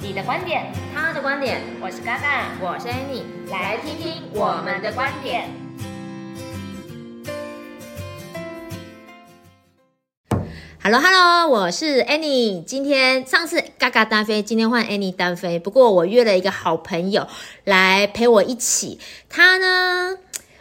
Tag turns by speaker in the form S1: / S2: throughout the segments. S1: 你的观点，
S2: 他的观点，
S1: 我是嘎嘎，
S2: 我是 Annie，
S1: 来听听我们的观点。
S2: Hello Hello，我是 Annie。今天上次嘎嘎单飞，今天换 Annie 单飞。不过我约了一个好朋友来陪我一起。他呢，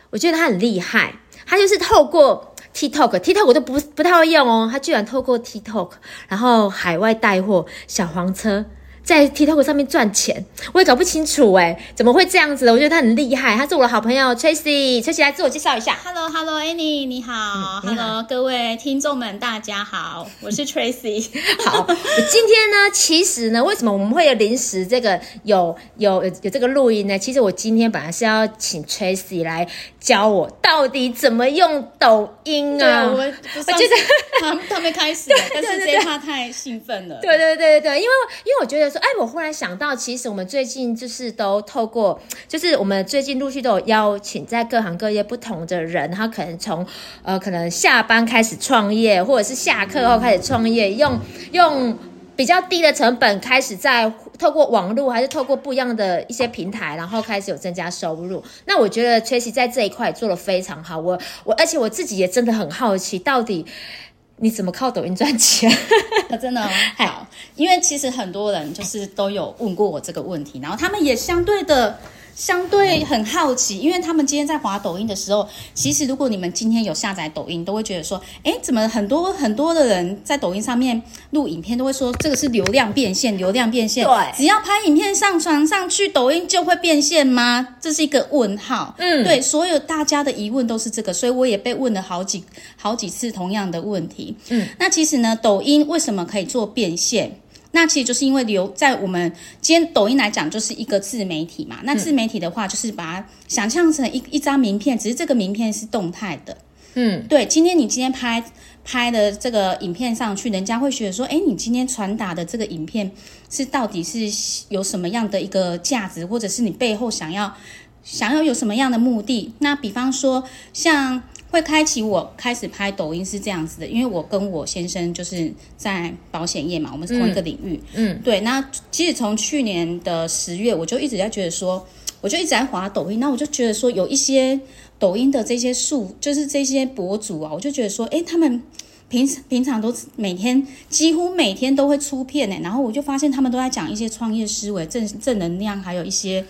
S2: 我觉得他很厉害，他就是透过 TikTok，TikTok 我都不不太会用哦，他居然透过 TikTok，然后海外带货小黄车。在 TikTok 上面赚钱，我也搞不清楚哎、怎么会这样子的？我觉得他很厉害，他是我的好朋友 Tracy，Tracy 来自我介绍一下。
S3: h e l l o h e l l o a n n i e 你好、
S2: 嗯
S3: h
S2: 你
S3: e
S2: 好
S3: l l o 各位听众们，大家好，我是 Tracy。
S2: 好，我今天呢，其实呢，为什么我们会有临时这个有有有有这个录音呢？其实我今天本来是要请 Tracy 来教我到底怎么用抖音
S3: 对，
S2: 啊。
S3: 我我
S2: 我觉得
S3: 他们他们开始了，但
S2: 对
S3: 是
S2: 对
S3: 这一趴太兴奋了。
S2: 对对对对对，因为因为我觉得说，哎，我忽然想到，其实我们最近就是都透过，就是我们最近陆续都有邀请在各行各业不同的人，他可能从呃可能下班开始创业，或者是下课后开始创业，用用比较低的成本开始在透过网络还是透过不一样的一些平台，然后开始有增加收入。那我觉得 Tracy 在这一块做的非常好，我我而且我自己也真的很好奇，到底你怎么靠抖音赚钱？
S3: 啊真的哦好，因为其实很多人就是都有问过我这个问题，然后他们也相对的。相对很好奇，因为他们今天在滑抖音的时候，其实如果你们今天有下载抖音，都会觉得说，哎，怎么很多很多的人在抖音上面录影片，都会说这个是流量变现，流量变现。
S2: 对
S3: 只要拍影片上传上去，抖音就会变现吗？这是一个问号。
S2: 嗯
S3: 对，所有大家的疑问都是这个，所以我也被问了好几好几次同样的问题。
S2: 嗯
S3: 那其实呢，抖音为什么可以做变现？那其实就是因为流在我们今天抖音来讲，就是一个自媒体嘛。那自媒体的话，就是把它想象成一一张名片，只是这个名片是动态的。
S2: 嗯，
S3: 对，今天你今天拍拍的这个影片上去，人家会觉得说，哎，你今天传达的这个影片是到底是有什么样的一个价值，或者是你背后想要想要有什么样的目的？那比方说，像会开启我开始拍抖音是这样子的，因为我跟我先生就是在保险业嘛，我们是同一个领域。
S2: 嗯
S3: 对。那其实从去年的十月，我就一直在觉得说，我就一直在滑抖音，那我就觉得说有一些抖音的这些数，就是这些博主啊，我就觉得说，诶，他们。平平常都每天几乎每天都会出片呢、欸然后我就发现他们都在讲一些创业思维、正正能量，还有一些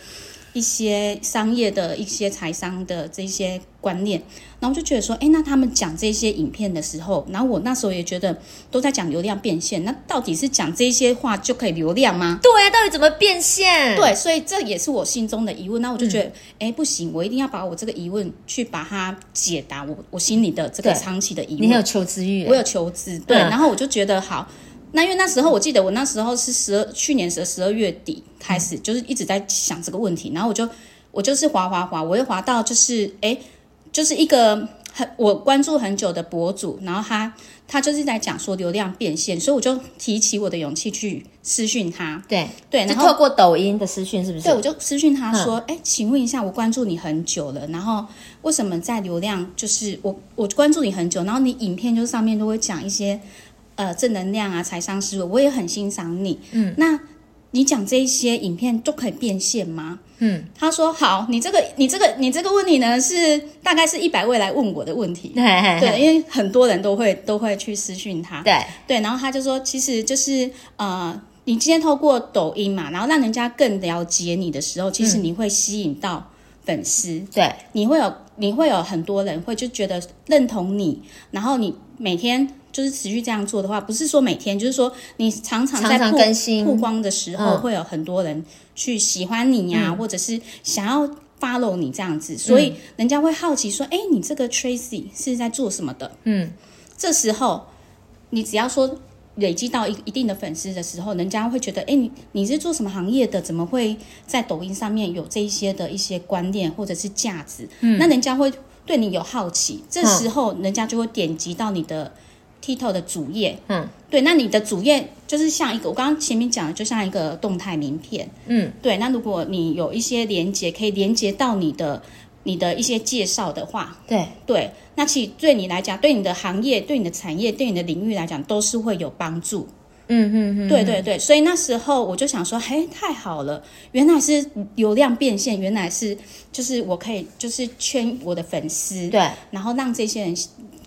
S3: 一些商业的一些财商的这些观念，然后我就觉得说，哎，那他们讲这些影片的时候，然后我那时候也觉得都在讲流量变现，那到底是讲这些话就可以流量吗？
S2: 对啊，到底怎么变现？，
S3: 对，所以这也是我心中的疑问。那我就
S2: 嗯
S3: 觉得，哎、不行，我一定要把我这个疑问去把它解答我，我心里的这个
S2: 对
S3: 长期的疑问。
S2: 你很有求知欲欸。
S3: 我有求职，对，
S2: 嗯
S3: 然后我就觉得好。那因为那时候我记得我那时候是十二去年十十二月底开始，就是一直在想这个问题，然后我就我就是滑滑滑，我又滑到就是诶，就是一个很我关注很久的博主，然后他他就是在讲说流量变现，所以我就提起我的勇气去私讯他，
S2: 对
S3: 对，
S2: 就
S3: 然后
S2: 透过抖音的私讯是不是？
S3: 对，我就私讯他说：“哎、请问一下，我关注你很久了，然后为什么在流量就是我我关注你很久，然后你影片就是上面都会讲一些呃正能量啊、财商思维，我也很欣赏你。嗯，那你讲这一些影片都可以变现吗？”嗯，他说：“好，你这个你这个你这个问题呢，是大概是一百位来问我的问 题。”
S2: 嘿嘿嘿
S3: 对，因为很多人都会都会去私讯他。
S2: 对
S3: 对，然后他就说，其实就是呃，你今天透过抖音嘛，然后让人家更了解你的时候，其
S2: 嗯
S3: 实你会吸引到粉丝，
S2: 对
S3: 你会有你会有很多人会就觉得认同你，然后你每天。就是持续这样做的话，不是说每天，就是说你常常在
S2: 常常
S3: 曝
S2: 更新
S3: 曝光的时候，
S2: 嗯
S3: 会有很多人去喜欢你呀、或者是想要 follow 你这样子，所以人家会好奇说：“哎、你这个 Tracy 是在做什么的？”
S2: 嗯，
S3: 这时候你只要说累积到一一定的粉丝的时候，人家会觉得：“哎，你你是做什么行业的？怎么会在抖音上面有这一些的一些观念或者是价值？”嗯，那人家会对你有好奇，这时候人家就会点击到你的 Tito 的主页，对，那你的主页就是像一个我刚刚前面讲的，就像一个动态名片。
S2: 嗯，
S3: 对。那如果你有一些连接，可以连接到你的你的一些介绍的话，
S2: 对
S3: 对，那其实对你来讲，对你的行业、对你的产业、对你的领域来讲，都是会有帮助。
S2: 嗯嗯嗯，
S3: 对对对，所以那时候我就想说，嘿，太好了，原来是流量变现，原来是就是我可以就是圈我的粉丝，，
S2: 对，
S3: 然后让这些人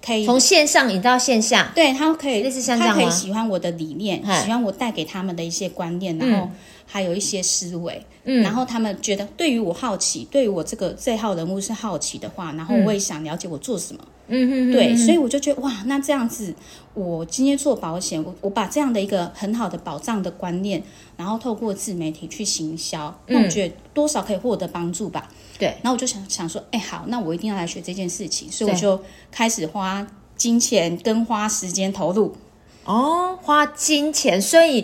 S3: 可以
S2: 嗯从线上引到线下，
S3: 对他可以
S2: 类似像这
S3: 他
S2: 样
S3: 可以
S2: 吗
S3: 喜欢我的理念，
S2: 嗨
S3: 喜欢我带给他们的一些观念，然后还有一些思维，
S2: 嗯
S3: 然后他们觉得对于我好奇，对于我这个这号人物是好奇的话，然后我也
S2: 嗯
S3: 想了解我做什么，
S2: 嗯嗯，
S3: 对，所
S2: 以
S3: 以我就觉得哇，那这样子，我今天做保险，我我把这样的一个很好的保障的观念，然后透过自媒体去行销，那我觉得多少可以获得帮助吧。
S2: 嗯对
S3: 然后我就想想说，哎，好，那我一定要来学这件事情，所以我
S2: 对
S3: 就开始花金钱跟花时间投入。
S2: 哦，花金钱，所以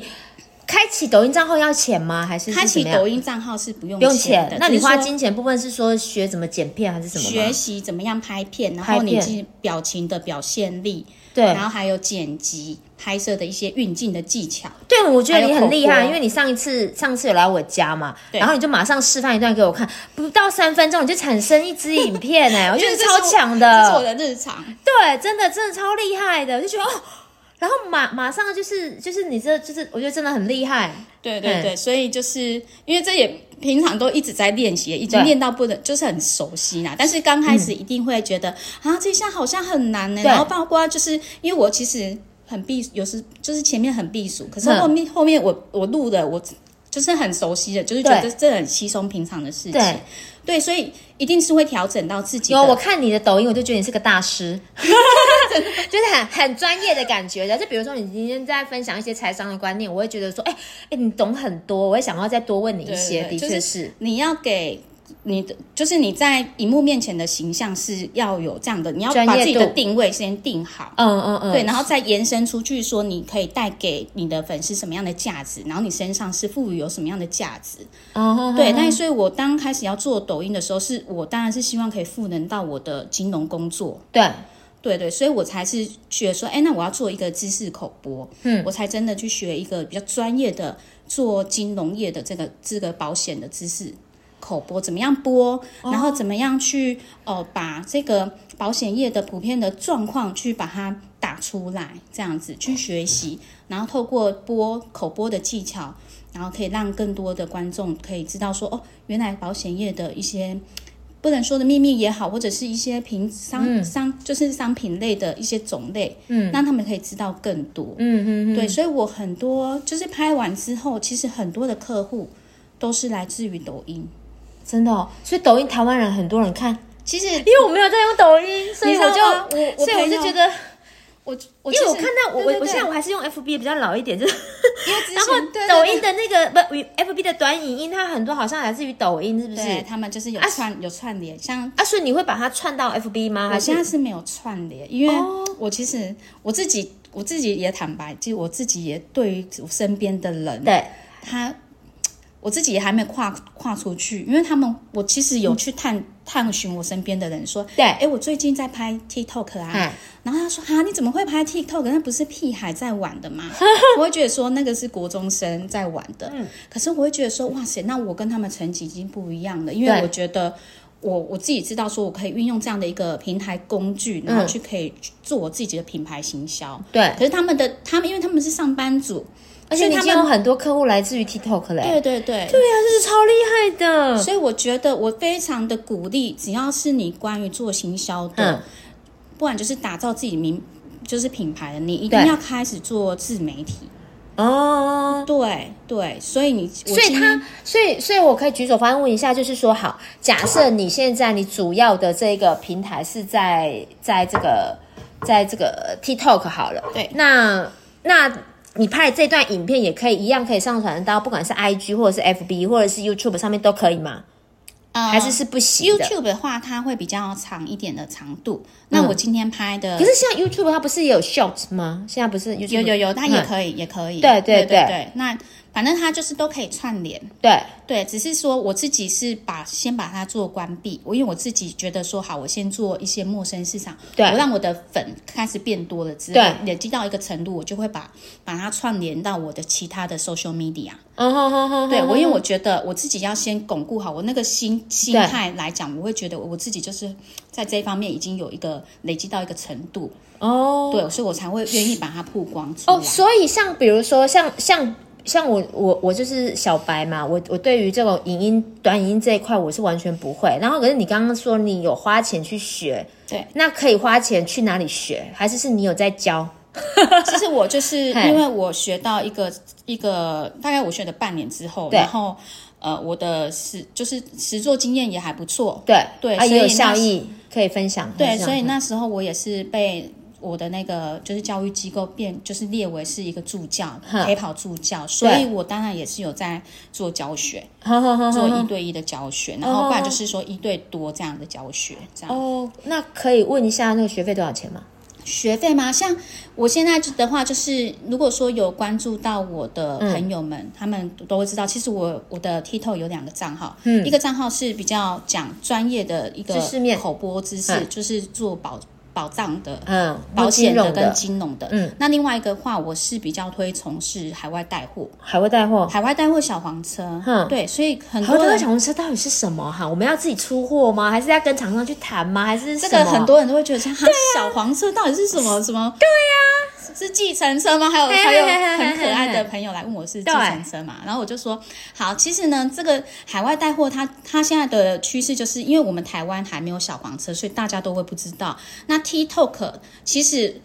S2: 开启抖音账号要钱吗？还是
S3: 开启抖
S2: 音
S3: 音账号是不用
S2: 嗯不用
S3: 钱
S2: 钱
S3: 的，？
S2: 那你
S3: 只是
S2: 花
S3: 说
S2: 金钱部分是说学怎么剪片还是什么吗？
S3: 学习怎么样拍片，然
S2: 拍
S3: 后你
S2: 片
S3: 自己表情的表现力，
S2: 对
S3: 然后还有剪辑、拍摄的一些运镜的技巧。
S2: 对，我觉得你很厉
S3: 还有口
S2: 害，
S3: 播
S2: 因为你上一次上次有来我家嘛，
S3: 对
S2: 然后你就马上示范一段给我看，不到三分钟你就产生一支影片哎、我觉
S3: 因
S2: 得
S3: 为
S2: 你
S3: 这是我
S2: 超强
S3: 这是我
S2: 的，
S3: 的日常。
S2: 对，真的真的超厉害的，我就觉得哦。然后马马上就是就是你这就是我觉得真的很厉害，
S3: 对对对，所以就是因为这也平常都一直在练习，已经
S2: 对嗯
S3: 练到不能，就是很熟悉啦。但是刚开始一定会觉得、啊，这项好像很难呢、
S2: 对
S3: 然后包括就是因为我其实很避，有时就是前面很避暑，可是
S2: 嗯
S3: 后面、后面我我录的我就是很熟悉的，就是觉得
S2: 对
S3: 这很稀松平常的事情。
S2: 对
S3: 对所以一定是会调整到自己
S2: 有
S3: 的。
S2: 我看你的抖音，我就觉得你是个 大师，就是很很专业的感觉的。就比如说你今天在分享一些财商的观念，我会觉得说，哎、哎、你懂很多，我会想要再多问你一些，
S3: 对对对
S2: 的确是，
S3: 你要给你的，就是你在荧幕面前的形象是要有这样的，你要
S2: 专业
S3: 把自己的
S2: 度
S3: 定位先定好。
S2: 嗯嗯嗯，
S3: 对，然后再延伸出去说，你可以带给你的粉丝什么样的价值，然后你身上是赋予有什么样的价值。
S2: 哦，
S3: 对，
S2: 那
S3: 那所以我刚开始要做抖音的时候，是我当然是希望可以赋能到我的金融工作。
S2: 对，
S3: 对对，所以我才是学说，哎，那我要做一个知识口播，嗯，我才真的去学一个比较专业的做金融业的这个这个保险的知识口播，怎么样播，然后怎么样去哦、呃把这个保险业的普遍的状况去把它打出来，这样子去学习，然后透过播口播的技巧，然后可以让更多的观众可以知道说，哦，原来保险业的一些不能说的秘密也好，或者是一些品商、
S2: 嗯
S3: 商就是商品类的一些种类，嗯，让他们可以知道更多，嗯嗯嗯，对，所以我很多就是拍完之后，其实很多的客户都是来自于抖音，
S2: 真的、哦，所以抖音台湾人很多人看，
S3: 其实
S2: 因为我没有在用抖音，所以
S3: 你知
S2: 我
S3: 道
S2: 就
S3: 吗我我
S2: 所以我
S3: 朋
S2: 就
S3: 友
S2: 觉得，
S3: 我我
S2: 因为
S3: 其
S2: 我
S3: 实
S2: 看到我
S3: 对对
S2: 我我
S3: 对
S2: 现在我还是用 FB 比较老一点， 就是
S3: 因为之前
S2: 然后
S3: 对对
S2: 抖
S3: 对
S2: 音的那个不 FB 的短影音，它很多好像来自于抖音，是不
S3: 对
S2: 是？
S3: 他们就是有
S2: 啊
S3: 串、有串联，像
S2: 啊，所以你会把它串到 FB 吗？
S3: 我
S2: 还
S3: 现在
S2: 是
S3: 是没有串联，因为
S2: 哦
S3: 我其实我自己我自己也坦白，其实我自己也对于我身边的人，
S2: 对
S3: 他我自己也还没跨跨出去，因为他们我其实有去探、探寻我身边的人说，
S2: 嗯对
S3: 哎，我最近在拍 TikTok 啊，
S2: 哎
S3: 然后他说啊，你怎么会拍 TikTok？那不是屁孩在玩的吗？ 我会觉得说那个是国中生在玩的，
S2: 嗯
S3: 可是我会觉得说哇塞，那我跟他们成绩已经不一样了，因为
S2: 对
S3: 我觉得。我我自己知道，说我可以运用这样的一个平台工具，然后去可以去做我自己的品牌行销。
S2: 嗯对，
S3: 可是他们的他们，因为他们是上班族，
S2: 而且
S3: 所以
S2: 你已
S3: 他
S2: 经
S3: 们
S2: 有很多客户来自于 TikTok 欸嘞，
S3: 对对对，
S2: 对啊，这是超厉害的，
S3: 所以我觉得我非常的鼓励，只要是你关于做行销的，
S2: 嗯
S3: 不然就是打造自己名就是品牌的，你一定
S2: 对
S3: 要开始做自媒体。
S2: 哦。
S3: 对对，所以你我
S2: 所以
S3: 今
S2: 他，所以，所以我可以举手发言问一下，就是说，好，啊假设你现在你主要的这个平台是在在这个在这个 TikTok 好了，
S3: 对
S2: 那那你拍的这段影片也可以一样可以上传到，不管是 IG 或者是 FB 或者是 YouTube 上面都可以吗？
S3: 呃
S2: 还是是不行的
S3: YouTube 的话，它会比较长一点的长度。那我今天拍的
S2: 嗯可是像 YouTube 它不是也有 Short 吗？现在不是 YouTube
S3: 有有有，它也
S2: 以、
S3: 可以，也可以。
S2: 嗯对对
S3: 对
S2: 对
S3: 对，那反正它就是都可以串联。
S2: 对，
S3: 对，只是说我自己是把先把它做关闭，我因为我自己觉得说好，我先做一些陌生市场，
S2: 对
S3: 我让我的粉开始变多了之后
S2: 对，
S3: 累积到一个程度，我就会把把它串联到我的其他的 social media。
S2: 嗯哼哼哼，
S3: 对我，因为
S2: 为
S3: 我觉得我自己要先巩固好我那个心心
S2: 对
S3: 态来讲，我会觉得我自己就是在这一方面已经有一个累积到一个程度，
S2: 哦，
S3: 对，所以我才会愿意把它曝光出来。
S2: 哦，所以像比如说像像像我我我就是小白嘛，我我对于这种影音短影音这一块我是完全不会。然后可是你刚刚说你有花钱去学，
S3: 对，
S2: 那可以花钱去哪里学？还是是你有在教？
S3: 其实我就是
S2: 嘿
S3: 因为我学到一个一个，大概我学了半年之后，
S2: 对
S3: 然后呃，我的实就是实作经验也还不错，
S2: 对
S3: 对
S2: 啊
S3: 所以
S2: 也有
S3: 那
S2: 效
S3: 是
S2: 益可以分享。
S3: 对，
S2: 还是啊
S3: 所以
S2: 这样
S3: 那时候我也是被我的那个就是教育机构变就是列为是一个助教，
S2: 哼
S3: 陪跑助教，所以我当然也是有在做教学，
S2: 好好好
S3: 做
S2: 好
S3: 一
S2: 好
S3: 对一的教学，然后不然
S2: 嗯
S3: 就是说一对多这样的教学，这样。
S2: 哦，那可以问一下那个学费多少钱吗？
S3: 学费吗？像我现在的话，就是如果说有关注到我的朋友们，他们都会知道，其实我我的 TikTok 有两个账号，一个账号是比较讲专业的一个
S2: 嗯知识面
S3: 口播知识，
S2: 嗯
S3: 就是做保保障的。
S2: 嗯，
S3: 保险
S2: 金
S3: 的
S2: 融
S3: 跟
S2: 的
S3: 金融的，
S2: 嗯，
S3: 那另外一个话，我是比较推崇是海外带货，
S2: 海外带货。
S3: 海外带货小黄车，
S2: 嗯
S3: 对，所以很
S2: 哦海外
S3: 多
S2: 带货
S3: 人
S2: 小红车到底是什么哈？我们要自己出货吗？还是要跟厂商去谈吗？还是
S3: 这
S2: 什
S3: 个
S2: 么
S3: 很多人都会觉得说，哈、
S2: 啊
S3: 小黄车到底是什么什么？对呀、是计程车吗？还有
S2: 嘿嘿
S3: 还有
S2: 嘿嘿
S3: 很可爱
S2: 嘿
S3: 的
S2: 嘿
S3: 朋友来问我是计
S2: 对
S3: 程车嘛，然后我就说好，其实呢，这个海外带货它它现在的趋势就是因为我们台湾还没有小黄车，所以大家都会不知道。那 TikTok 其实。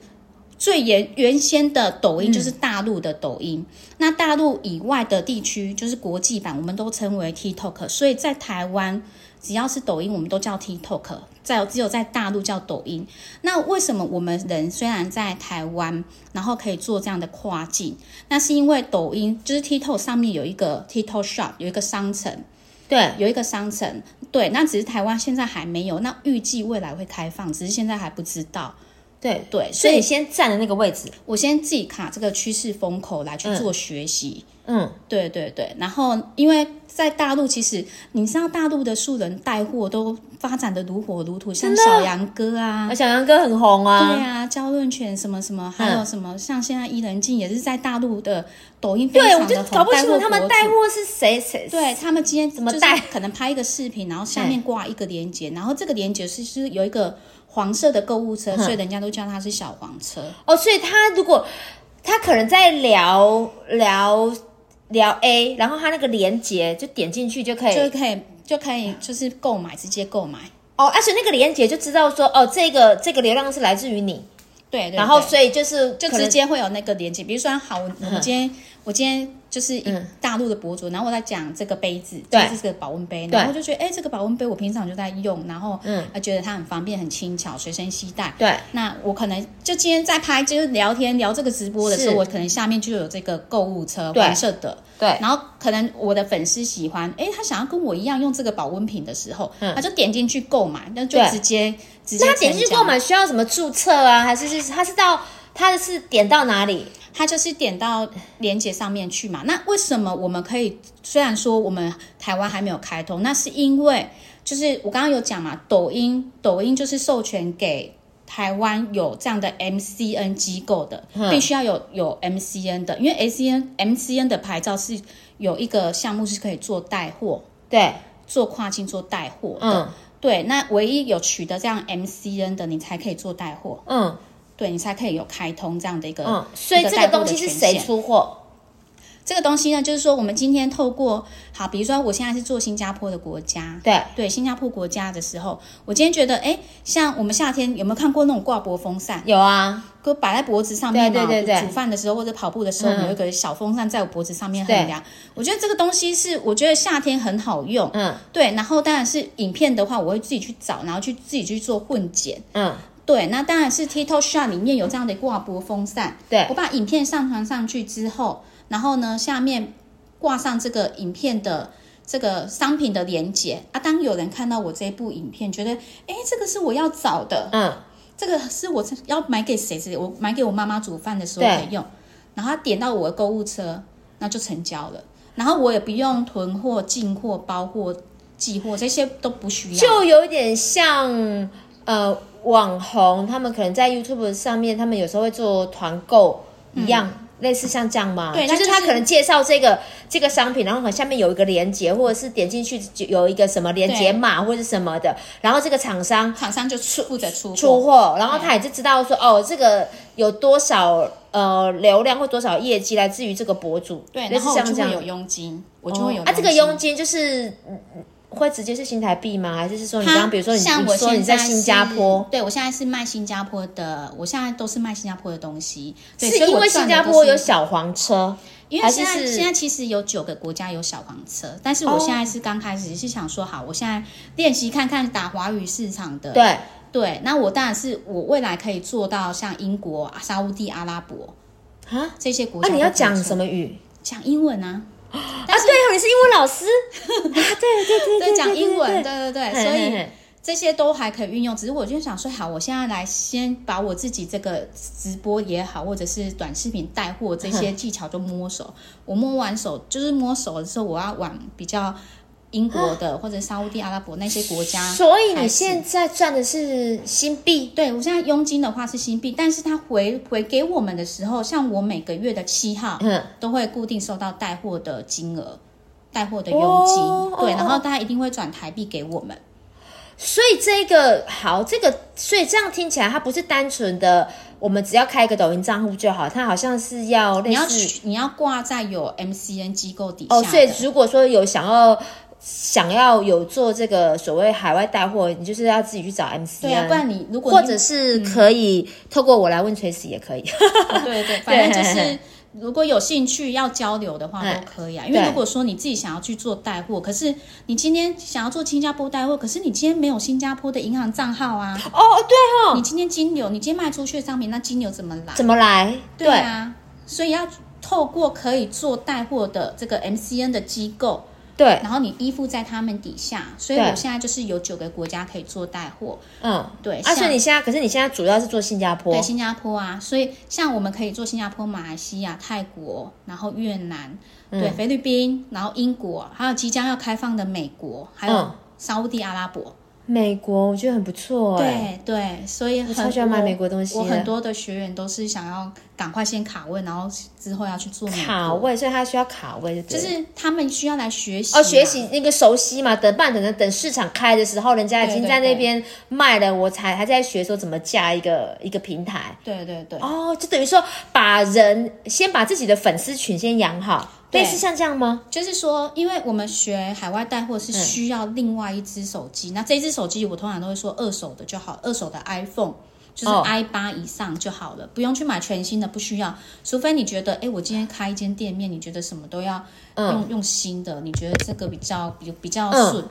S3: 最原原先的抖音就是大陆的抖音，那大陆以外的地区就是国际版，我们都称为 TikTok，所以在台湾只要是抖音，我们都叫 TikTok，在只有在大陆叫抖音。那为什么我们人虽然在台湾，然后可以做这样的跨境？那是因为抖音就是 TikTok 上面有一个 TikTok Shop，有一个商城，呃
S2: 对
S3: 有一个商城。对，那只是台湾现在还没有，那预计未来会开放，只是现在还不知道。
S2: 对，
S3: 对，所
S2: 所以你
S3: 以
S2: 先站的那个位置，
S3: 我先自己卡这个趋势风口来去做学习。
S2: 嗯，
S3: 对对对，然后因为在大陆，其实你知道大陆的素人带货都发展的如火如荼，像小杨哥啊
S2: 而，小杨哥很红
S3: 对
S2: 啊，
S3: 啊，焦润泉什么什么，还有
S2: 嗯
S3: 什么、像现在伊能静也是在大陆的抖音非
S2: 对，我
S3: 常
S2: 就
S3: 的红，
S2: 搞不清
S3: 货
S2: 楚他们
S3: 博
S2: 带
S3: 主。
S2: 货是谁谁，
S3: 对他们今天怎
S2: 么带嗯
S3: 可能拍一个视频，然后下面挂一个链接，然后这个链接是是有一个黄色的购物
S2: 嗯
S3: 车，所以人家都叫它是小黄车。
S2: 哦，所以他如果他可能在聊聊聊 A，然后他那个连接就点进去就可以，
S3: 就可以就可以就是购买，直接购买。
S2: 哦，而且那个连接就知道说，哦，这个这个流量是来自于你，
S3: 对，对
S2: 然后
S3: 对
S2: 所以就是
S3: 就
S2: 可能嗯
S3: 直接会有那个连接，比如说好，我我们今天、我今天就是一大陆的博主，然后我在讲这个杯子，就
S2: 对
S3: 是这个保温杯，
S2: 对
S3: 然后我就觉得哎、这个保温杯我平常就在用，然后嗯，啊觉得它很方便，很轻巧，随身携带。
S2: 对
S3: 那我可能就今天在拍，就是聊天聊这个直播的时候，
S2: 是
S3: 我可能下面就有这个购物车
S2: 对
S3: 黄色的，
S2: 对
S3: 然后可能我的粉丝喜欢，哎，他想要跟我一样用这个保温瓶的时候，他就点进去购买，那就
S2: 嗯对
S3: 直接直接
S2: 那他点进去
S3: 成交
S2: 购买需要什么注册啊？还是是他是到他的是点到哪里？
S3: 它就是点到连接上面去嘛。那为什么我们可以？虽然说我们台湾还没有开通，那是因为就是我刚刚有讲嘛，抖音抖音就是授权给台湾有这样的 MCN 机构的，必须要有有 MCN 的，因为 MCN MCN 的牌照是有一个项目是可以做带货、
S2: 对，
S3: 做跨境、做带货的。
S2: 嗯
S3: 对，那唯一有取得这样 MCN 的，你才可以做带货。
S2: 嗯
S3: 对你才可以有开通这样的一个，
S2: 嗯，所以
S3: 一
S2: 这
S3: 带
S2: 个
S3: 货
S2: 东
S3: 的
S2: 西是
S3: 权
S2: 谁
S3: 限？
S2: 出货？
S3: 这个东西呢，就是说我们今天透过好，比如说我现在是做新加坡的国家，
S2: 对
S3: 对新加坡国家的时候，我今天觉得，哎，像我们夏天有没有看过那种挂脖风扇，
S2: 有啊，
S3: 搁摆在脖子上面嘛？
S2: 对对对对
S3: 煮饭的时候或者跑步的时候，
S2: 嗯
S3: 有一个小风扇在我脖子上面
S2: 对
S3: 很凉。我觉得这个东西是，我觉得夏天很好用。
S2: 嗯
S3: 对，然后当然是影片的话，我会自己去找，然后去自己去做混剪。
S2: 嗯，
S3: 对，那当然是 TikTok Shop 里面有这样的挂脖风扇。
S2: 对
S3: 我把影片上传上去之后，然后呢，下面挂上这个影片的这个商品的连接啊。当有人看到我这部影片，觉得诶，这个是我要找的，
S2: 嗯。
S3: 这个是我要买给谁谁，我买给我妈妈煮饭的时候
S2: 对
S3: 可以用。然后他点到我的购物车，那就成交了。然后我也不用囤货、进货、包货、寄货，这些都不需要。
S2: 就有点像呃网红，他们可能在 YouTube 上面，他们有时候会做团购一样。类似像这样吗？
S3: 嗯对
S2: 就
S3: 那
S2: 是
S3: 就是
S2: 他可能介绍这个这个商品，然后可能下面有一个链接，或者是点进去就有一个什么链接
S3: 对
S2: 码或者什么的，然后这个厂商
S3: 厂商就出负责出货
S2: 出货，然后他也就知道说哦，这个有多少呃流量或多少业绩来自于这个博主，
S3: 对，
S2: 类
S3: 哎然
S2: 似
S3: 后我
S2: 像
S3: 就
S2: 这
S3: 会
S2: 样
S3: 有佣金，我就会有
S2: 啊，这个
S3: 佣
S2: 佣金就是嗯会直接是新台币吗？还是是说你
S3: 它
S2: 刚刚比如说你
S3: 像我
S2: 你说你
S3: 现
S2: 在
S3: 在
S2: 新加坡
S3: 是，，对我现在是卖新加坡的，我现在都是卖新加坡的东西。对
S2: 是
S3: 所以
S2: 因
S3: 我
S2: 为
S3: 赚
S2: 新
S3: 的
S2: 加
S3: 都
S2: 坡
S3: 是
S2: 有，小黄车，
S3: 因
S2: 还
S3: 为
S2: 是
S3: 现在
S2: 是
S3: 现在其实有九个国家有小黄车，但是我
S2: 哦
S3: 现在是刚开始是想说，好，我现在练习看看打华语市场的。
S2: 对，
S3: 对，那我当然是我未来可以做到像英国、啊沙乌地、阿拉伯
S2: 啊
S3: 这些国
S2: 啊，
S3: 家。
S2: 你要讲什
S3: 么？
S2: 么语？
S3: 讲英文啊。
S2: 啊，对哦，你是英文老 师，啊，对对对
S3: 对，
S2: 对，
S3: 讲英文，
S2: 对
S3: 对对对，
S2: 对对
S3: 所以
S2: 嘿嘿嘿
S3: 这些都还可以运用，只是我就想说，好，我现在来先把我自己这个直播也好，或者是短视频带货这
S2: 嗯
S3: 些技巧都摸熟。我摸完手，就是摸熟的时候，我要往比较英国的或者沙烏地阿拉伯那些国家。
S2: 所以你
S3: 开
S2: 现
S3: 始
S2: 在赚的是新币，
S3: 对我现在佣金的话是新币，但是他回回给我们的时候，像我每个月的七号，
S2: 嗯，
S3: 都会固定收到带货的金额。带货的佣金，
S2: 哦
S3: 对，
S2: 哦
S3: 然后
S2: 哦
S3: 他一定会转台币给我们，
S2: 所以这个好，这个所以这样听起来，它不是单纯的我们只要开一个抖音账户就好，它好像是要类
S3: 你要
S2: 似
S3: 你要挂在有 MCN 机构底下
S2: 哦，所以
S3: 的
S2: 如果说有想要想要有做这个所谓海外带货，你就是要自己去找 MC，
S3: 对啊，不然你如果
S2: 或
S3: 你
S2: 者是可以透过我来问垂死也可以。
S3: 对对，反正就
S2: 嘿嘿
S3: 是如果有兴趣要交流的话
S2: 嗯
S3: 都可以啊。因为
S2: 对
S3: 如果说你自己想要去做带货，可是你今天想要做新加坡带货，可是你今天没有新加坡的银行账号啊，
S2: 哦，对哦，
S3: 你今天金流，你今天卖出去的商品，那金流怎么来？
S2: 怎么来？
S3: 对啊，所以要透过可以做带货的这个 MCN 的机构。
S2: 对，
S3: 然后你依附在他们底下，所以
S2: 对
S3: 我现在就是有九个国家可以做带货，
S2: 嗯，
S3: 对
S2: 啊，
S3: 像
S2: 所以你现在，可是你现在主要是做新加坡
S3: 对，新加坡啊，所以像我们可以做新加坡、马来西亚、泰国，然后越南，
S2: 嗯
S3: 对，菲律宾，然后英国，还有即将要开放的美国，还有
S2: 嗯
S3: 沙烏地阿拉伯。
S2: 美国，我觉得很不错哎。
S3: 对对，所以很
S2: 我超喜欢买美国东西
S3: 我。我
S2: 的
S3: 很多的学员都是想要赶快先卡位，然后之后要去做美国
S2: 卡，位，所以它需要卡位，
S3: 就
S2: 就是
S3: 他们需要来学习啊
S2: 哦，
S3: 嘛
S2: 学习那个熟悉嘛，等半等等等市场开的时候，人家已经
S3: 对对
S2: 在那
S3: 对
S2: 边卖了，我才还在学说怎么架一个一个平台。
S3: 对对对。
S2: 哦，就等于说把人先把自己的粉丝群先养好，
S3: 对
S2: 类似像这样吗？
S3: 就是说，因为我们学海外带货是
S2: 嗯
S3: 需要另外一只手机，那这只手机我通常都会说二手的就好，二手的 iPhone 就是
S2: 哦
S3: i 八以上就好了，不用去买全新的，不需要。除非你觉得，哎，我今天开一间店面，你觉得什么都要用、用新的，你觉得这个比较比比较
S2: 嗯
S3: 顺。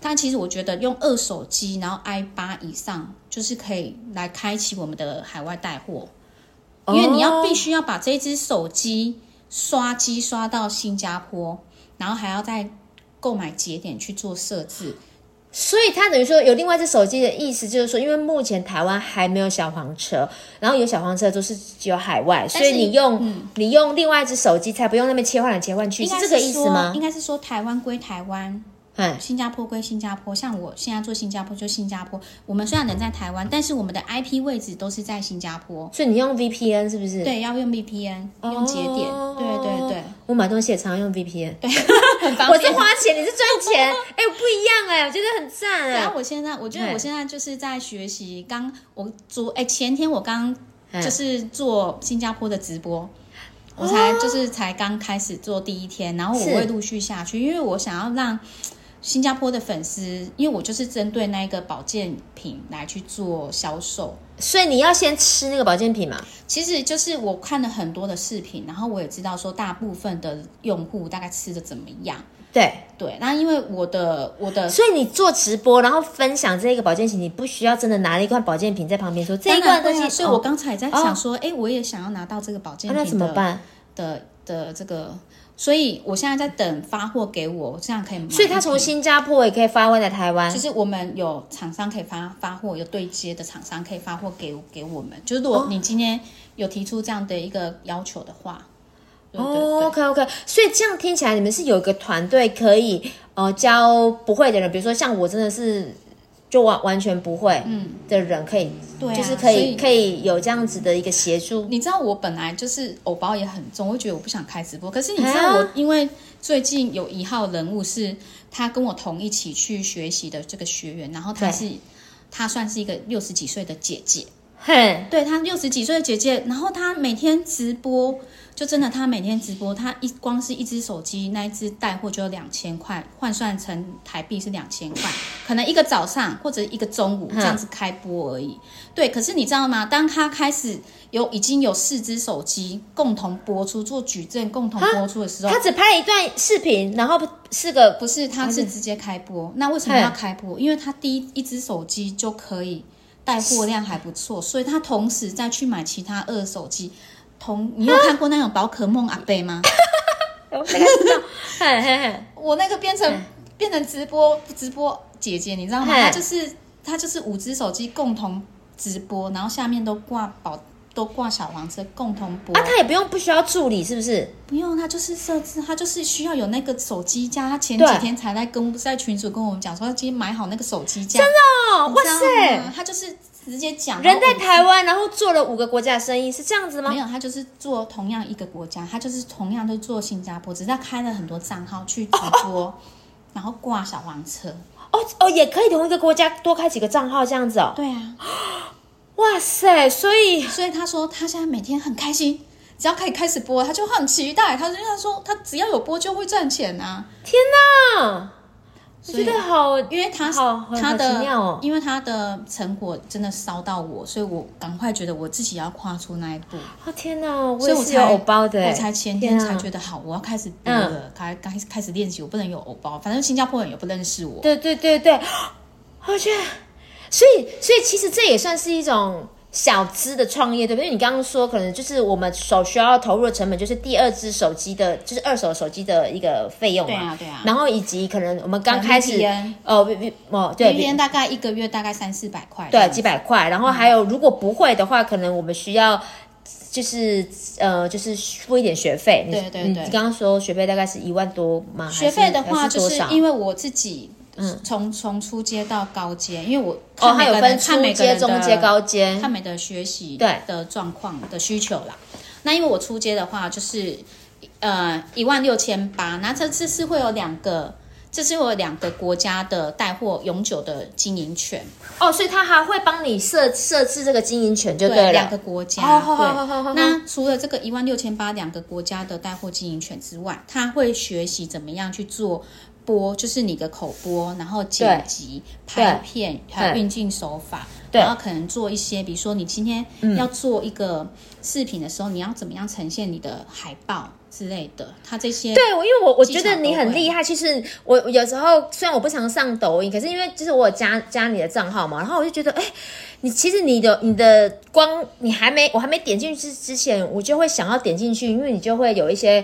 S3: 但其实我觉得用二手机，然后 i 八以上，就是可以来开启我们的海外带货。
S2: 哦
S3: 因为你要必
S2: 须
S3: 须要把这只手机刷机刷到新加坡，然后还要再购买节点去做设置。
S2: 所以它等于说有另外一只手机的意思，就是说，因为目前台湾还没有小黄车，然后有小黄车都是只有海外，所
S3: 是嗯
S2: 以你用、你用另外一只手机，才不用那边切换来切换去，
S3: 应该
S2: 这
S3: 是
S2: 个意思
S3: 说
S2: 吗
S3: 应？该是说台湾归台湾，
S2: 哎，
S3: 新加坡归新加坡。像我现在做新加坡就新加坡，我们虽然人在台湾，但是我们的 IP 位置都是在新加坡。
S2: 所以你用 VPN 是不是？，
S3: 对，要用 VPN，用节点，
S2: 哦
S3: 对对对，
S2: 我买东西也常用 VPN，对，
S3: 很方
S2: 我是
S3: 便。
S2: 花钱，你是赚钱，哎、不一样哎、我觉得很赞哎、
S3: 然后我现在，我觉得
S2: 对
S3: 我现在就是在学习。刚我昨哎、前天我刚
S2: 嗯
S3: 就是做新加坡的直播，我才就是才刚开始做第一天，然后我
S2: 哦是
S3: 会陆续下去，因为我想要让新加坡的粉丝，因为我就是针对那个保健品来去做销售。
S2: 所以你要先吃那个保健品嘛，
S3: 其实就是我看了很多的视频，然后我也知道说大部分的用户大概吃的怎么样。
S2: 对，
S3: 对，那因为我的我的
S2: 所以你做直播，然后分享这个保健品，你不需要真的拿了一罐保健品在旁边说这一
S3: 当然
S2: 罐东
S3: 会啊
S2: 西，
S3: 所以我
S2: 哦
S3: 刚才也在想说，哎、我也想要拿到这个保健
S2: 啊
S3: 品的、
S2: 那怎么办？
S3: 的的这个，所以我现在在等发货给我，这样可以买。
S2: 所以他从新加坡也可以发回来台湾
S3: 就，是我们有厂商可以发发货，有对接的厂商可以发
S2: 哦
S3: 货给给我们。就是如果你今天有提出这样的一个要求的话，对对对。
S2: 哦，OK OK，所以这样听起来，你们是有一个团队可以呃教不会的人，比如说像我真的是就完完全不会的人，可以、
S3: 对啊
S2: 就是可
S3: 所
S2: 以
S3: 以
S2: 可以有这样子的一个协助。
S3: 你知道我本来就是偶包也很重，我觉得我不想开直播。可是你知
S2: 哎呀
S3: 道我，因为最近有一号人物是他跟我同一起去学习的这个学员，然后他
S2: 对
S3: 是他算是一个六十几岁的姐姐，
S2: 哼，
S3: 对她六十几岁的姐姐，然后她每天直播，就真的她每天直播，她一光是一只手机那一只带货就有两千块，换算成台币是两千块，可能一个早上或者一个中午
S2: 嗯
S3: 这样子开播而已。对，可是你知道吗？当她开始有已经有四只手机共同播出做矩阵共同播出的时候
S2: 他。只拍了一段视频，然后是个
S3: 不是，她
S2: 哦
S3: 是直接开播。那为什么要开播？因为她第一一只手机就可以带货量还不
S2: 嗯
S3: 错，所以她同时再去买其他二手机。同你有看过那种宝可梦阿贝 吗？
S2: 我大概知道， 嘿嘿嘿，
S3: 我那个变成变成直播直播姐姐，你知道吗？
S2: 嗯嘿
S3: 她就是她就是五只手机共同直播，然后下面都挂宝都挂小黄车共同播。
S2: 啊，他也不用不需要助理，是不是？
S3: 不用，他就是设置，他就是需要有那个手机架。他前几
S2: 对
S3: 天才在跟在群主跟我们讲说，他今天买好那个手机架。真
S2: 哦，哇塞，，
S3: 他就是直接讲
S2: 人在
S3: 然后
S2: 台湾，然后做了五个国家的生意，是这样子
S3: 我没
S2: 吗？
S3: 有，他就是做同样一个国家，他就是同样都做新加坡，只是他开了很多账号去直播，然后挂小黄车。
S2: 哦哦，也可以同一个国家多开几个账号这样子哦。
S3: 对啊，
S2: 哇塞，所以
S3: 所以他说他现在每天很开心，只要可以开始播，他就很期待。他就他说他只要有播就会赚钱啊，
S2: 天哪，我
S3: 所
S2: 觉
S3: 以
S2: 得好，哦
S3: 因为他
S2: 好好
S3: 他
S2: 好奇
S3: 的、
S2: 妙哦
S3: 因为他的成果真的烧到我，所以我赶快觉得我自己要跨出那一步。
S2: 哦天哪，我
S3: 所以
S2: 也
S3: 我
S2: 是有
S3: 才
S2: 偶包的欸，啊
S3: 我才前天才
S2: 天
S3: 觉得好，我要开始播了，开开开始练习，我不能有偶包，反正新加坡人也不认识我
S2: 啊，。对对对对，我觉得，所以所以其实这也算是一种。小资的创业，对不对？因为你刚刚说，可能就是我们所需要投入的成本，就是第二只手机的，就是二手手机的一个费用
S3: 对
S2: 嘛。
S3: 啊，对啊。
S2: 然后以及可能我们刚开始
S3: VPN，
S2: 哦，V V 哦，对
S3: 一天大概一个月大概三四百块。
S2: 呃对，几百块。然后还有，如果不会的话，可能我们需要就是呃，就是付一点学费。你
S3: 对对对
S2: 你刚刚说学费大概是一万多吗？
S3: 学费的话，
S2: 还是
S3: 就
S2: 多
S3: 是
S2: 少嗯
S3: 因为我自己从从初阶到高阶，因为我
S2: 哦，
S3: 看
S2: 它
S3: 每
S2: 有
S3: 个
S2: 分
S3: 人
S2: 初
S3: 看每个
S2: 阶、
S3: 人的
S2: 中阶、高阶。
S3: 看每的学习
S2: 对
S3: 的状况的需求啦。那因为我出街的话，就是呃一万六千八，那这次是会有两个，这次会有两个国家的带货永久的经营权，
S2: 哦，所以他还会帮你设设置这个经营权，就了。
S3: 两个国家。
S2: 哦好
S3: 对
S2: 好好好好
S3: 那除了这个一万六千八两个国家的带货经营权之外，他会学习怎么样去做。播就是你的口播，然后剪辑、
S2: 对
S3: 拍片，还有
S2: 对
S3: 运镜手法，
S2: 对嗯
S3: 然后可能做一些，比如说你今天要做一个视频的时候，你要怎么样呈现你的海报之类的，他这些
S2: 对，我因为我我觉
S3: 技
S2: 得
S3: 巧
S2: 你
S3: 都
S2: 很
S3: 会
S2: 厉害。其实我我有时候虽然我不常上抖音，可是因为就是我有加加你的账号嘛，然后我就觉得，哎、你其实你的你的光你还没我还没点进去之之前，我就会想要点进去，因为你就会有一些。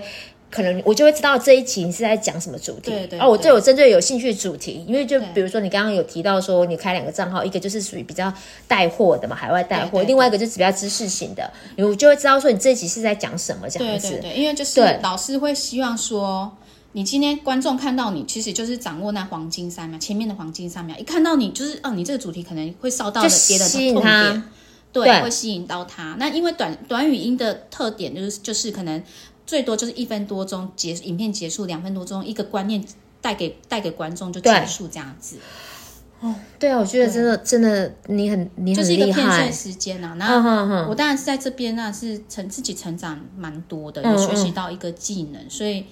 S2: 可能我就会知道这一集你是在讲什么主题，
S3: 对对
S2: 而我
S3: 对
S2: 对我针对有兴趣的主题，因为就
S3: 对
S2: 比如说你刚刚有提到说你开两个账号，一个就是属于比较带货的嘛，海外带货，
S3: 对对对
S2: 另外一个就是比较知识型的，我就会知道说你这一集是在讲什么这样
S3: 对
S2: 子。
S3: 对对，因为就是
S2: 对
S3: 老师会希望说，你今天观众看到你，其实就是掌握那黄金三秒，前面的黄金三秒，一看到你就是哦，你这个主题可能会烧到
S2: 就
S3: 了别人
S2: 吸
S3: 的
S2: 引
S3: 痛
S2: 他
S3: 点，对，
S2: 对
S3: 会吸引到他。那因为短短语音的特点就是就是可能最多就是一分多钟结，影片结束两分多钟，一个观念带给带给观众就
S2: 对
S3: 结束这样子。
S2: 对啊，我觉得真的真的你很你
S3: 就
S2: 很
S3: 是一个
S2: 厉
S3: 片碎，
S2: 害
S3: 时间啊。
S2: 嗯
S3: 那
S2: 哼哼，
S3: 我当然是在这边啊，是成自己成长蛮多的，
S2: 嗯
S3: 有学习到一个技能，所以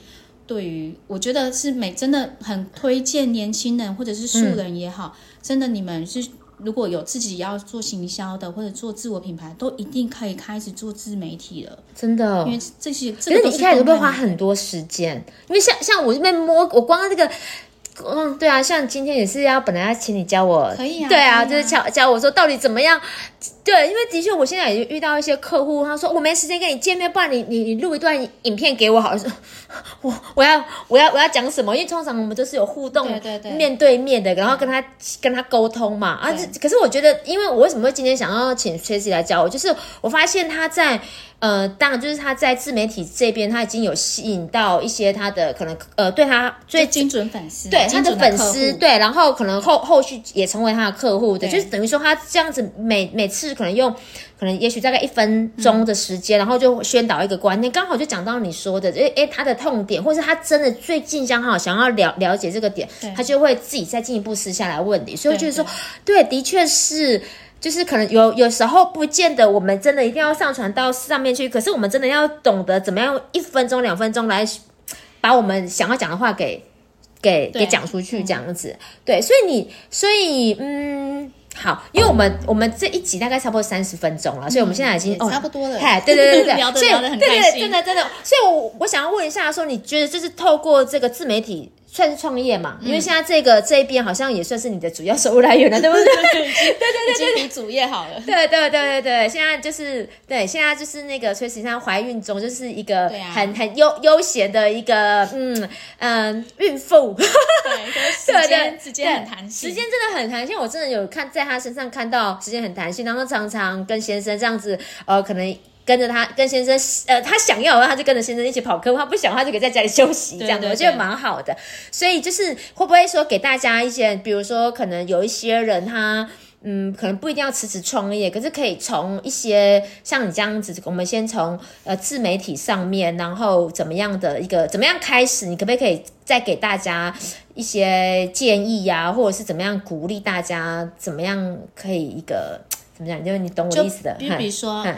S3: 对于我觉得是每真的很推荐年轻人或者是素人也好，真的你们是。如果有自己要做行销的，或者做自我品牌，都一定可以开始做自媒体了，
S2: 真的
S3: 因。为这些这个
S2: 可是
S3: 都
S2: 你
S3: 是
S2: 一开始
S3: 动
S2: 会不会
S3: 态
S2: 花很多时间？因为像像我这边摸，我光这个嗯，对啊，像今天也是要本来要请你教我，
S3: 可以啊
S2: 对
S3: 可以
S2: 啊，
S3: 啊
S2: 就是教教我说到底怎么样，对，因为的确我现在也遇到一些客户，他说我没时间跟你见面，不然你你你录一段影片给我好了， 我我要我要我要讲什么？因为通常我们都是有互动，
S3: 对对对
S2: 面对面的，然后跟他跟他沟通嘛，啊，
S3: 对
S2: 这可是我觉得，因为我为什么会今天想要请 Tracy 来教我，就是我发现他在。呃，当然就是他在自媒体这边，他已经有吸引到一些他的可能呃，对他最
S3: 最精准粉丝，
S2: 对他
S3: 精
S2: 的
S3: 准
S2: 粉
S3: 客户
S2: 丝，对，然后可能后后续也成为他的客户的，
S3: 对
S2: 就是等于说他这样子每每次可能用，可能也许大概一分钟的时
S3: 嗯
S2: 间，然后就宣导一个观念，刚好就讲到你说的，诶诶，他的痛点，或是他真的最近刚好想要了了解这个点
S3: 对，
S2: 他就会自己再进一步私下来问你，所以
S3: 对
S2: 我觉得说，对，的确是。就是可能有有时候不见得我们真的一定要上传到上面去，可是我们真的要懂得怎么样用一分钟两分钟来把我们想要讲的话给给
S3: 对嗯
S2: 给讲出去，这样子。对，所以你，所以嗯，好，因为我们我们这一集大概差不多三十分钟了，所以我们现在已经、
S3: 嗯也
S2: 哦
S3: 差不多了
S2: 嗨，对对对 对，
S3: 聊得
S2: 所以
S3: 聊得很
S2: 对对
S3: 开
S2: 对
S3: 心
S2: 真的真的。所以我我想要问一下说你觉得就是透过这个自媒体。算是创业嘛，
S3: 嗯
S2: 因为现在这个这一边好像也算是你的主要收入来源了，对不对？
S3: 已经比主业好了。
S2: 对对对对对，现在就是对，现在就是那个崔实际上怀孕中，就是一个
S3: 对啊
S2: 很、很悠悠闲的一个嗯嗯孕妇，
S3: 对，可是
S2: 对
S3: 时
S2: 对，
S3: 间时间很弹性，
S2: 时间真的很弹性。我真的有看在他身上看到时间很弹性，然后常常跟先生这样子，呃，可能。跟着他，跟先生，呃，他想要的话，他就跟着先生一起跑客户；他不想的话，就可以在家里休息，
S3: 对
S2: 这样子
S3: 对
S2: 我觉得
S3: 对
S2: 蛮好的。所以就是会不会说给大家一些，比如说可能有一些人他，嗯，可能不一定要辞职创业，可是可以从一些像你这样子，我们先从呃自媒体上面，然后怎么样的一个怎么样开始，你可不可以再给大家一些建议呀、或者是怎么样鼓励大家，怎么样可以一个怎么讲，就是你懂我的
S3: 就
S2: 意思的，
S3: 比如比如
S2: 嗯
S3: 说
S2: 嗯，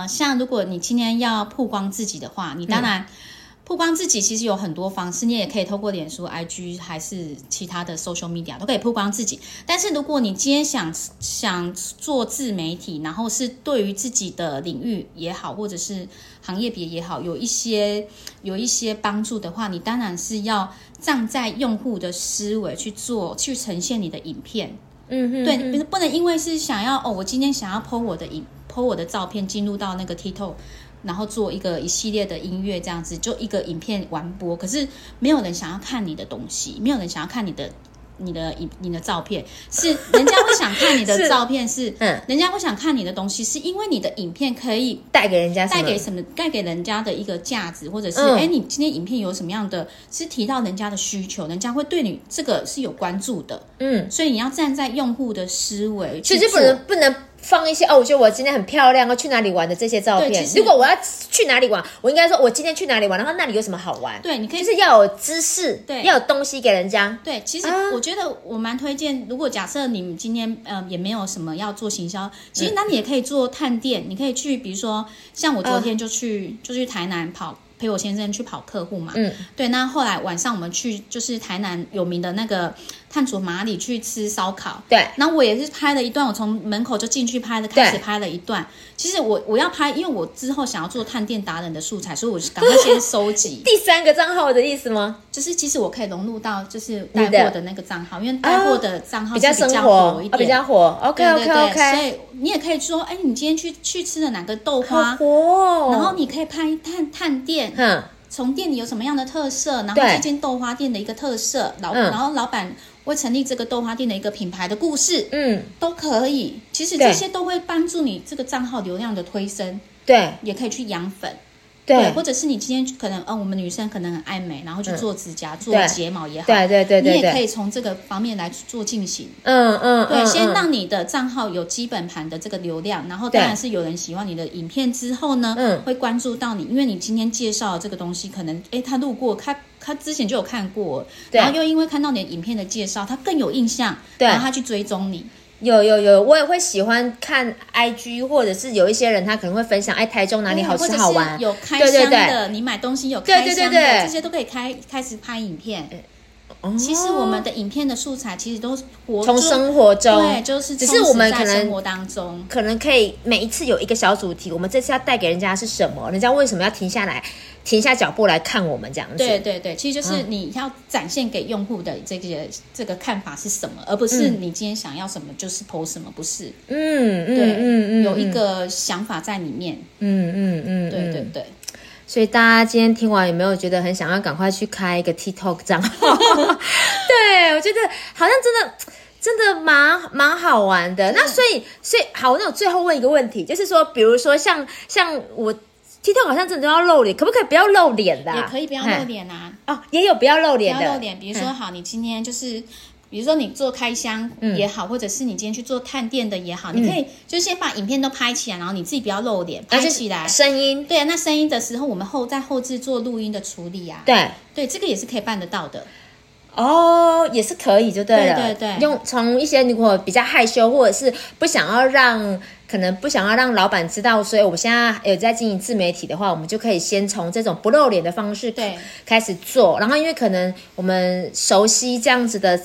S3: 呃，像如果你今天要曝光自己的话，你
S2: 嗯
S3: 当然。曝光自己其实有很多方式，你也可以透过脸书、IG 还是其他的 social media 都可以曝光自己。但是如果你今天想想做自媒体，然后是对于自己的领域也好，或者是行业别也好，有一些有一些帮助的话，你当然是要站在用户的思维去做，去呈现你的影片。
S2: 嗯哼，
S3: 对，
S2: 嗯
S3: 不是不能因为是想要哦，我今天想要 PO 我的影，PO 我的照片进入到那个 TikTok，然后做一个一系列的音乐这样子，就一个影片完播。可是没有人想要看你的东西，没有人想要看你的。你的影、你的照片是 人家会想看你的
S2: 是
S3: 照片是，
S2: 嗯
S3: 人家会想看你的东西，是因为你的影片可以
S2: 带给人家什
S3: 带
S2: 么
S3: 给什么带给人家的一个价值，或者是
S2: 嗯
S3: 哎、诶你今天影片有什么样的，是提到人家的需求，人家会对你这个是有关注的，
S2: 嗯，
S3: 所以你要站在用户的思维
S2: 其
S3: 去
S2: 实
S3: 做，
S2: 不能不能放一些哦，我觉得我今天很漂亮，哦，去哪里玩的这些照
S3: 对
S2: 片
S3: 其。实
S2: 如果我要去哪里玩，我应该说我今天去哪里玩，然后那里有什么好玩，
S3: 对，你可以
S2: 就是要有知识，
S3: 对
S2: 要有东西给人家。
S3: 对，其实
S2: 啊
S3: 我觉得我蛮推荐，如果假设你们今天呃也没有什么要做行
S2: 嗯
S3: 销，其实那你也可以做探店，你可以去，比如说像我昨天就去、就去台南跑。陪我先生去跑客户嘛，
S2: 嗯，
S3: 对。那后来晚上我们去就是台南有名的那个探索马里去吃烧烤，
S2: 对，
S3: 然后我也是拍了一段，我从门口就进去拍了，开始
S2: 对。
S3: 拍了一段。其实我我要拍，因为我之后想要做探店达人的素材，所以我就赶快先收集
S2: 第三个账号的意思吗？
S3: 就是其实我可以融入到就是
S2: 你
S3: 带
S2: 的哦
S3: 货的那个账号，因为带货的账号
S2: 比
S3: 是
S2: 较
S3: 比
S2: 生
S3: 较
S2: 活
S3: 火一，
S2: 哦、比
S3: 点。
S2: 较火。OK
S3: 对对
S2: OK
S3: 对
S2: OK，
S3: 所以你也可以说，哎，你今天去去吃了哪个豆
S2: 好
S3: 花，
S2: 火、哦。
S3: 然后，你可以拍探探店，
S2: 哼，
S3: 从店里有什么样的特色，然后
S2: 对
S3: 这间豆花店的一个特色，老、
S2: 嗯
S3: 然后老板会成立这个豆花店的一个品牌的故事，
S2: 嗯，
S3: 都可以。其实
S2: 对
S3: 这些都会帮助你这个账号流量的推升，
S2: 对
S3: 也可以去养粉。
S2: 对嗯
S3: 或者是你今天可能，呃，我们女生可能很爱美，然后去做指甲、做
S2: 对
S3: 睫毛也好，
S2: 对对对
S3: 你
S2: 对
S3: 也可
S2: 对，
S3: 以从这个方面来去做进行。
S2: 嗯嗯，
S3: 对，
S2: 嗯
S3: 先
S2: 嗯
S3: 让你的账号有基本盘的这个流量，然后当
S2: 对
S3: 然是有人喜欢你的影片之后呢，
S2: 嗯
S3: 会关注到你，因为你今天介绍的这个东西，可能诶他路过，他他之前就有看过，
S2: 对
S3: 然后又因为看到你的影片的介绍，他更有印象，
S2: 对
S3: 然后他去追踪你，
S2: 有有有，我也会喜欢看 IG，或者是有一些人他可能会分享，哎，台中哪里
S3: 对
S2: 好
S3: 哦或
S2: 吃
S3: 者
S2: 好
S3: 是
S2: 玩，
S3: 有开
S2: 对对
S3: 箱的，
S2: 对
S3: 你买东西有
S2: 对
S3: 开
S2: 对对
S3: 箱的，
S2: 对
S3: 这些都可以开开始拍影片。其实我们的影片的素材其实都是活
S2: 哦从
S3: 就
S2: 生活中，
S3: 对，就是
S2: 只
S3: 充
S2: 是我
S3: 实
S2: 们
S3: 在
S2: 可能
S3: 生活当中，
S2: 可能可以每一次有一个小主题，我们这次要带给人家是什么？人家为什么要停下来，停下脚步来看我们这样子？
S3: 对对对，其实就是
S2: 嗯
S3: 你要展现给用户的这些、这个看法是什么，而不是你今天想要什么就是 PO 什么，不是？
S2: 嗯
S3: 对，
S2: 嗯嗯嗯，
S3: 有一个想法在里面，
S2: 嗯嗯嗯，
S3: 对对
S2: 嗯。
S3: 对。
S2: 所以大家今天听完有没有觉得很想要赶快去开一个 TikTok 账号？ 对我觉得好像真的。真的蛮蛮好玩的，
S3: 嗯
S2: 那所以所以好，那我最后问一个问题，就是说，比如说像像我 TikTok 好像真的都要露脸，可不可以不要露脸的啊、
S3: 也可以不要
S2: 嘿
S3: 露脸啊，
S2: 哦，也有不要露
S3: 不
S2: 脸的，嗯
S3: 要露脸。比如说，好，你今天就是，比如说你做开箱也好，或者是你今天去做探店的也好，你可以就先把影片都拍起来，然后你自己不要露脸，
S2: 嗯那
S3: 拍
S2: 就
S3: 起来。
S2: 声音，
S3: 对啊，那声音的时候，我们后在后置做录音的处理啊，
S2: 对，
S3: 对，这个也是可以办得到的。
S2: 哦，也是可以就对了，
S3: 对对对
S2: 用从一些如果比较害羞或者是不想要让。可能不想要让老板知道，所以我现在有在经营自媒体的话，我们就可以先从这种不露脸的方式
S3: 对
S2: 开始做。然后，因为可能我们熟悉这样子的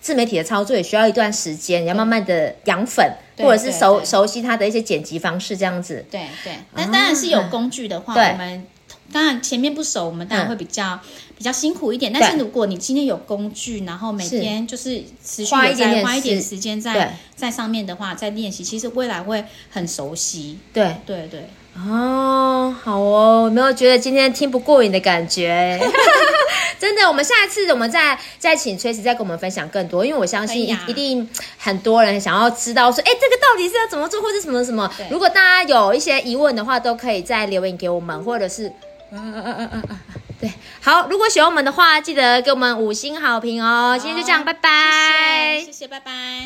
S2: 自媒体的操作，也需要一段时间，要慢慢的养粉，
S3: 对
S2: 或者是
S3: 对
S2: 熟
S3: 对
S2: 熟悉它的一些剪辑方式这样子。
S3: 对对，但当然是有工具的话，
S2: 啊对嗯
S3: 我们当然前面不熟，我们当然会比较、比较辛苦一点。但
S2: 对
S3: 是如果你今天有工具，然后每
S2: 是
S3: 天就是持续
S2: 花
S3: 有
S2: 一点
S3: 在
S2: 点
S3: 花一点
S2: 时
S3: 时间
S2: 对
S3: 在在上面的话，在练习，其实未来会很熟悉。
S2: 对，
S3: 对对，
S2: 哦，好哦，有没有觉得今天听不过瘾的感 觉？真的，我们下一次我们再再请崔子再跟我们分享更多，因为我相信
S3: 可以
S2: 一,、
S3: 啊
S2: 一定很多人想要知道说，哎，这个到底是要怎么做，或者什么什么
S3: 对。
S2: 如果大家有一些疑问的话，都可以再留言给我们，或者是。 嗯嗯嗯嗯嗯嗯，对，好，如果喜欢我们的话，记得给我们五星好评哦。今天就这样，拜拜。
S3: 谢谢，谢谢，拜拜。